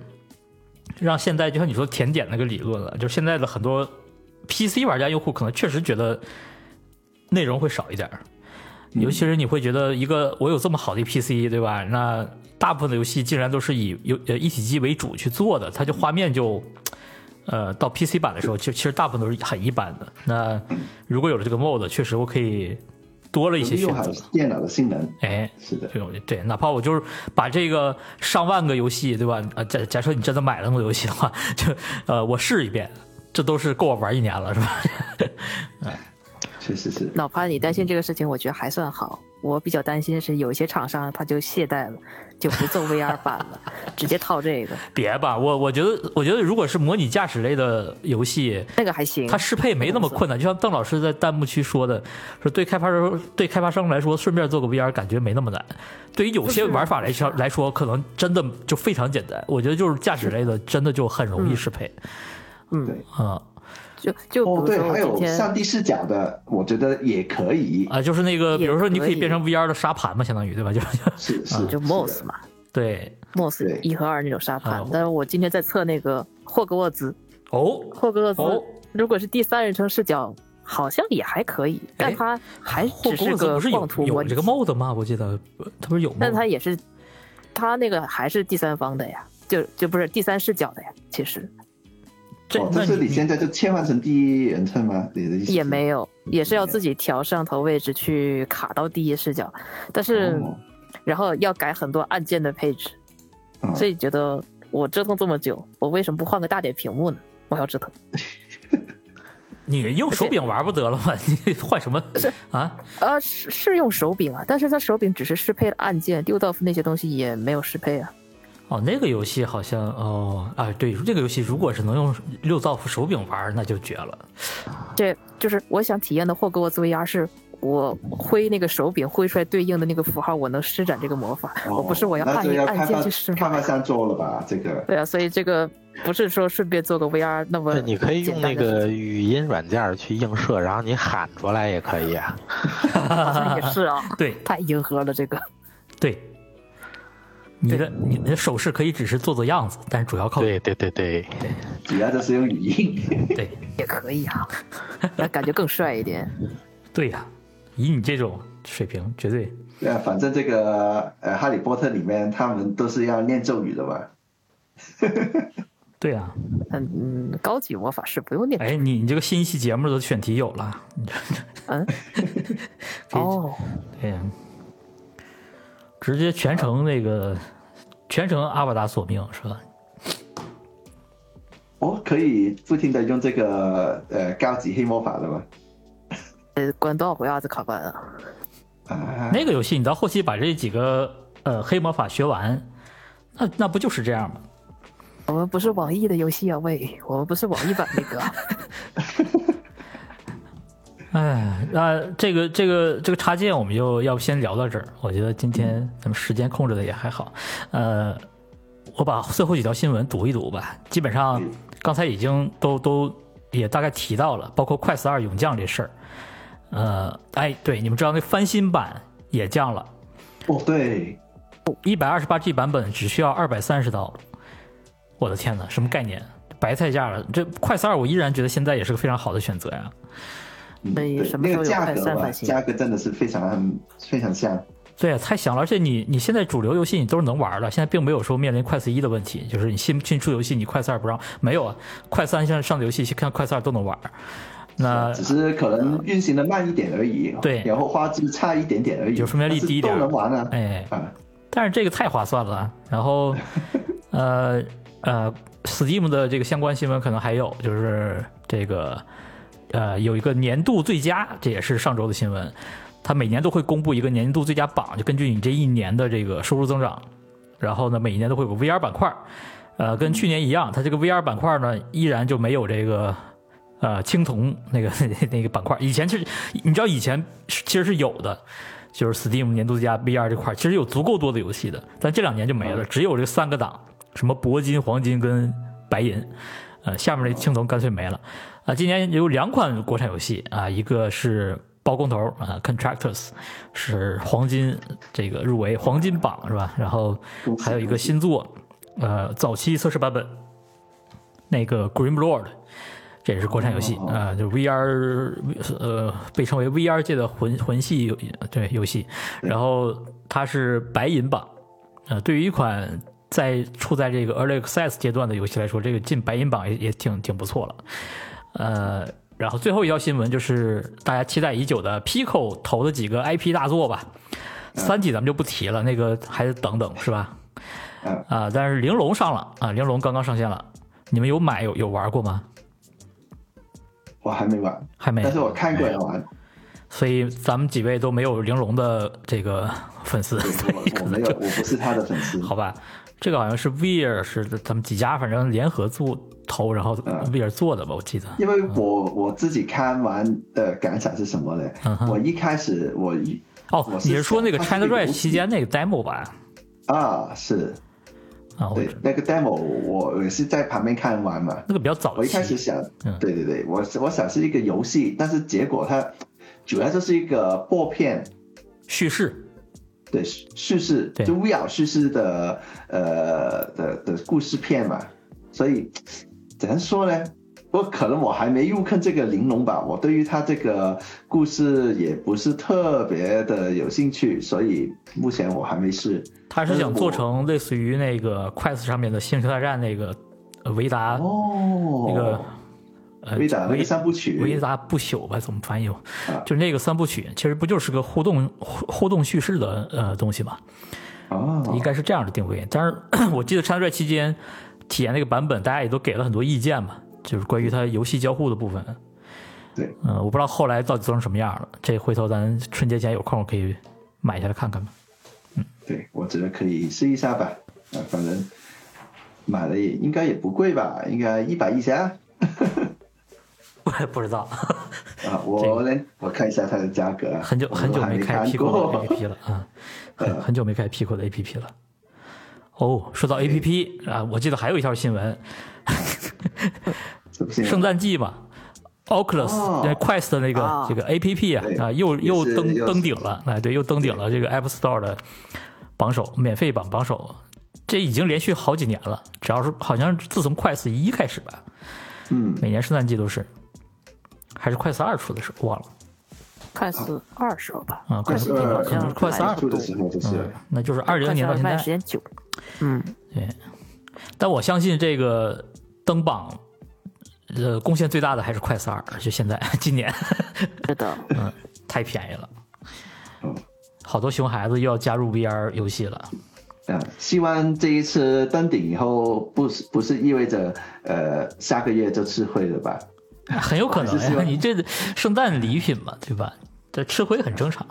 让现在就像你说甜点那个理论了，就是现在的很多 PC 玩家用户可能确实觉得内容会少一点儿，尤其是你会觉得一个我有这么好的一 PC，对吧？那大部分的游戏竟然都是以游呃一体机为主去做的，它就画面就。呃，到 PC 版的时候，其实其实大部分都是很一般的。那如果有了这个 mod，确实我可以多了一些
利
选
用好
择。
电脑的性能，
哎，
是的，
对，我对，哪怕我就是把这个上万个游戏，对吧？呃，假假设你真的买了那个游戏的话，就呃，我试一遍，这都是够我玩一年了，是吧？ *laughs*
确实是。
哪怕你担心这个事情，我觉得还算好。我比较担心是有一些厂商他就懈怠了，就不做 VR 版了，直接套这个，
别吧，我我觉得，我觉得如果是模拟驾驶类的游戏，
那个还行。
它适配没那么困难。就像邓老师在弹幕区说的，说对开发商对开发商来说，顺便做个 VR 感觉没那么难。对于有些玩法来说来说，可能真的就非常简单。我觉得就是驾驶类的，真的就很容易适配。
嗯
对，
嗯
就就比
哦，
如
对，
说
还
我今
有
天
上帝视角的，我觉得也可以，
啊，就是那个，比如说你可以
也可以
变成 VR 的沙盘嘛，相当于对吧？啊就是
是是，
就
的
是 MOS 嘛，
对，
MOS
对
一和二那种沙盘
啊，
但是我今天在测那个霍格沃兹，
哦，
霍格沃兹
哦
如果是第三人称视角，好像也还可以，但它还
哎霍
只
格沃兹
个
不是
晃
有
图模
有
拟
这个
器，
mod 吗？我记得呃它不是有 mod，
但它也是，它那个还是第三方的呀，就就不是第三视角的呀，其实
这
哦，
那
就是
你
你现在就切换成第一人称吗？你的意思是哦
也没有，
嗯
也是要自己调摄像头位置去卡到第一视角，但是
哦
然后要改很多按键的配置，
嗯
所以觉得我折腾这么久，我为什么不换个大点屏幕呢？我要折腾。
你用手柄玩不得了吗？ *laughs* 你换
*laughs*
什么啊？
呃，是是用手柄啊，但是它手柄只是适配了按键，六道夫那些东西也没有适配啊。
哦，那个游戏好像哦啊，对，这个游戏如果是能用六道夫手柄玩，那就绝了。
这就是我想体验的霍格沃兹 VR 是。我挥那个手柄挥出来对应的那个符号，我能施展这个魔法。
哦
我不是我要
那
按
就
一
要
个
开发
按键去施
开
法
发。商做了吧？这个
对啊，所以这个不是说顺便做个 VR 那么
对，你可以用
简单
那
的事
个语音软件去映射，然后你喊出来也可以。啊
情好
*laughs*
像也是啊，
对
太迎合了这个。
对，你的你的手势可以只是做做样子，但是主要靠
对对对对，
主要就是用语音。 *laughs*
对
也可以啊，那感觉更帅一点。
对呀、以你这种水平，绝对
对啊，反正这个呃，《哈利波特》里面他们都是要念咒语的嘛。
对呀、啊。
嗯嗯，高级魔法师不 *laughs* 用念。
哎，你你这个新一期节目的选题有了，你这
嗯，
可以
哦，
对哎呀，直接全程那个全程阿瓦达索命是吧？
哦，可以不停的用这个呃高级黑魔法的嘛。
呃，关多少回奥兹卡班啊？
啊，
那个游戏你到后期把这几个呃黑魔法学完，那那不就是这样吗？
我们不是网易的游戏啊，喂，我们不是网易版那个啊。
哎，那这个这个这个插件，我们就要不先聊到这儿。我觉得今天咱们时间控制的也还好。呃，我把最后几条新闻读一读吧。基本上
嗯
刚才已经都都也大概提到了，包括快四二勇降这事儿。呃，哎，对，你们知道那翻新版也降了，
哦，对，
一百二十八 G 版本只需要二百三十刀。我的天哪，什么概念？白菜价了！这快四二我依然觉得现在也是个非常好的选择呀。
*laughs* 嗯
所以
对
什么
那
时候
个
有
价
快
格
三
吧，
反新
价格真的是非常非常像。
对啊，太香了！而且你你现在主流游戏你都是能玩的，现在并没有说面临快四一的问题，就是你新新出游戏你快四二不让没有啊，快三上上的游戏看快四二都能玩。那
只是可能运行的慢一点而已，
呃对
然后画质差一点点而已，
有分辨率低一点
但是都能玩啊，
哎，
啊，
但是这个太划算了。啊然后，呃呃，Steam 的这个相关新闻可能还有就是这个呃有一个年度最佳，这也是上周的新闻。它每年都会公布一个年度最佳榜，就根据你这一年的这个收入增长，然后呢，每一年都会有个 VR 板块儿，呃，跟去年一样，它这个 VR 板块呢依然就没有这个呃青铜那个那个板块，以前是你知道以前是其实是有的，就是 Steam 年度最佳 VR 这块儿其实有足够多的游戏的，但这两年就没了，只有这三个档，什么铂金、黄金跟白银，呃，下面这青铜干脆没了。啊、今年有两款国产游戏啊、一个是包工头啊、Contractors 是黄金这个入围黄金榜是吧？然后还有一个新作，呃，早期测试版本，那个 Grim Lord，这也是国产游戏
哦
啊、呃，就 VR 呃被称为 VR 界的魂魂系游对游戏，然后它是白银榜，呃，对于一款在处在这个 early access 阶段的游戏来说，这个进白银榜也也挺挺不错了。呃，然后最后一条新闻就是大家期待已久的 Pico 投的几个 IP 大作吧，《三体》咱们就不提了，那个还得等等是吧？
嗯
啊、但是《玲珑》上了啊，玲珑》刚刚上线了，你们有买有有玩过吗？
我还没玩，
还没。哎
但是我看过人玩，
所以咱们几位都没有玲珑的这个粉丝，所以
我
可 *laughs*
我没
能
有，
就
我不是他的粉丝，
*laughs* 好吧，这个好像是 Weir 是咱们几家反正联合做投，然后
嗯
Weir 做的吧，我记得。
因为我我自己看完的感想是什么呢？
嗯哼
我一开始我一
哦，
我是
你是说那个
想它
China
是个
Drive
游戏
期间那个 demo 吧？
啊是
啊，我
对那个 demo，我也是在旁边看完嘛，
那个比较早期。
我一开始想
哦嗯，
对对对，我是我想是一个游戏，但是结果它主要就是一个薄片，
叙事，
对叙事，
对
就 VR 叙事的呃的的故事片嘛，所以怎样说呢？我可能我还没入坑这个玲珑吧，我对于它这个故事也不是特别的有兴趣，所以目前我还没试。
他是想做成类似于那个 Quest 上面的《星球大战》那个呃维达、
哦，
那个呃
微打那
维
个三部曲，
维达不朽吧？怎么翻译？
啊
就那个三部曲，其实不就是个互动互互动叙事的呃东西吗？
哦，
应该是这样的定位。但是 *clears throat* 我记得《山寨》期间体验那个版本，大家也都给了很多意见嘛，就是关于它游戏交互的部分。
对，
嗯、我不知道后来到底做成什么样了。这回头咱春节前有空可以买下来看看吧。
对，我觉得可以试一下吧。啊，反正买了也应该也不贵吧，应该一百以下。
我也不知道，
啊，我来我看一下它的价格啊。
很久
我
很久
还
没
没
开
看
Pico 的
过。
APP 了啊，很很久没开 Pico 的 APP 了。哦，说到 APP 啊，我记得还有一条新闻，
*laughs* 是不是
圣诞季嘛，Oculus、
哦
那 Quest 的那个、
啊
这个 A P P 啊
对
啊又又
也是
登
又是
登顶了，哎对，又登顶了这个 App Store 的榜首，免费榜榜首，这已经连续好几年了，只要是好像自从 Quest 一开始吧，
嗯，
每年圣诞季都是，还是 Quest 二出的时候忘了
啊
快四二时候吧，
啊
快
快四
四
二
好
可能
像
是快四二
出的时候就是
嗯，那就是二零
快四
年到
二
现
卖
在
的时，间久，嗯，
但我相信这个登榜。呃，贡献最大的还是快四二，就现在 *laughs* 今年
是的，
太便宜了
嗯，
好多熊孩子又要加入 VR 游戏了。
啊，希望这一次登顶以后，不是不是意味着呃下个月就吃亏了吧？
很有可能哎
还 *laughs* 是希
呀，
望
你这圣诞礼品嘛，对吧？这吃亏很正常。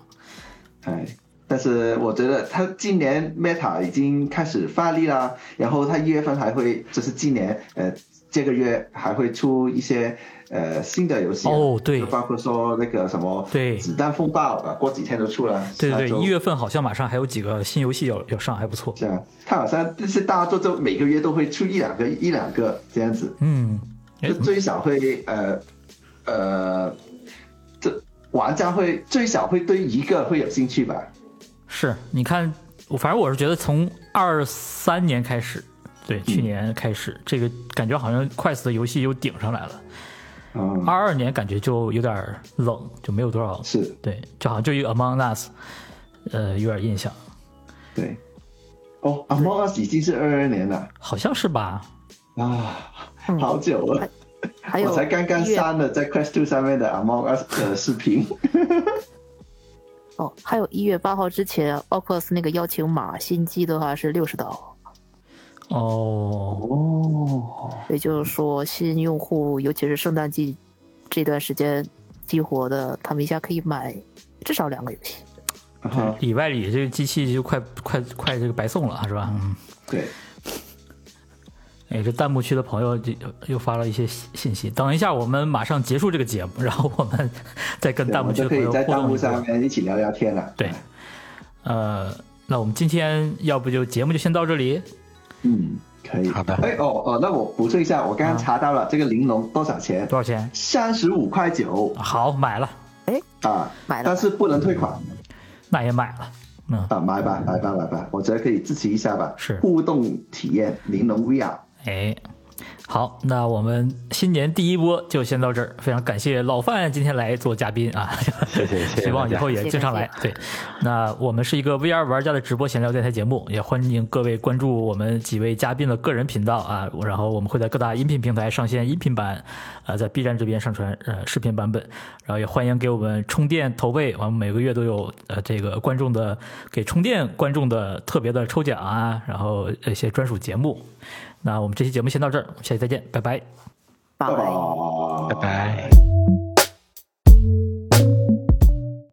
哎，但是我觉得它今年 Meta 已经开始发力啦，然后它一月份还会，就是今年呃这个月还会出一些呃新的游戏啊
哦对
就包括说那个什么
对
子弹风暴啊，过几天就出了，
对对
下
对，
周
哎一月份好像马上还有几个新游戏要要上，还不错。
这样，它好像就是大家做这每个月都会出一两个一两个这样子，
嗯，哎
就，最少会呃呃，这玩家会最少会对一个会有兴趣吧？
是，你看，我反正我是觉得从二三年开始，对，
嗯
去年开始，这个感觉好像快死的游戏又顶上来了。
嗯，
二二年感觉就有点冷，就没有多少，
是
对，就好像就一个 Among Us，呃，有点印象，
对。哦，Among Us 已经是二二年了
好像是吧？
啊，
嗯
*laughs* 好久了，
还有
我才刚刚
一月
删了在 Quest Two 上面的 Among Us
*laughs*
的视频。
哦，还有一月八号之前，Oculus 那个邀请码新机的话是六十刀，
哦，
哦，
也就是说新用户，尤其是圣诞季这段时间激活的，他们一下可以买至少两个游戏。
啊 *laughs* 哈
里外里这个机器就快快快这个白送了，是吧？嗯，
对，
哎，这弹幕区的朋友就又发了一些信信息。等一下，我们马上结束这个节目，然后我们再跟
对我
弹幕
们
区
就
的
可
朋
以
友
在
互
弹
动
幕
一下
上。面一起聊聊天了。
对，呃，那我们今天要不就节目就先到这里。
嗯，可以。
好的啊
哎，哦哦，那我补充一下，我刚刚查到了这个玲珑多少钱？
多少钱？
三十五块九
好，买了，
啊，
买了
但是不能退款
那也买了。嗯，
啊，买吧，买吧，买吧，我觉得可以支持一下吧。
是
互动体验玲珑 VR，
哎，好，那我们新年第一波就先到这儿。非常感谢老范今天来做嘉宾啊，
谢谢谢
*laughs*
谢
希望以后
大
也
家
经常来。对，那我们是一个 VR 玩家的直播闲聊电台节目，也欢迎各位关注我们几位嘉宾的个人频道啊。然后我们会在各大音频平台上线音频版，呃，在 B 站这边上传呃视频版本。然后也欢迎给我们充电投喂，我们每个月都有呃这个观众的给充电观众的特别的抽奖啊，然后一些专属节目。那我们这期节目先到这儿，下期再见，拜拜。
拜
拜
拜拜。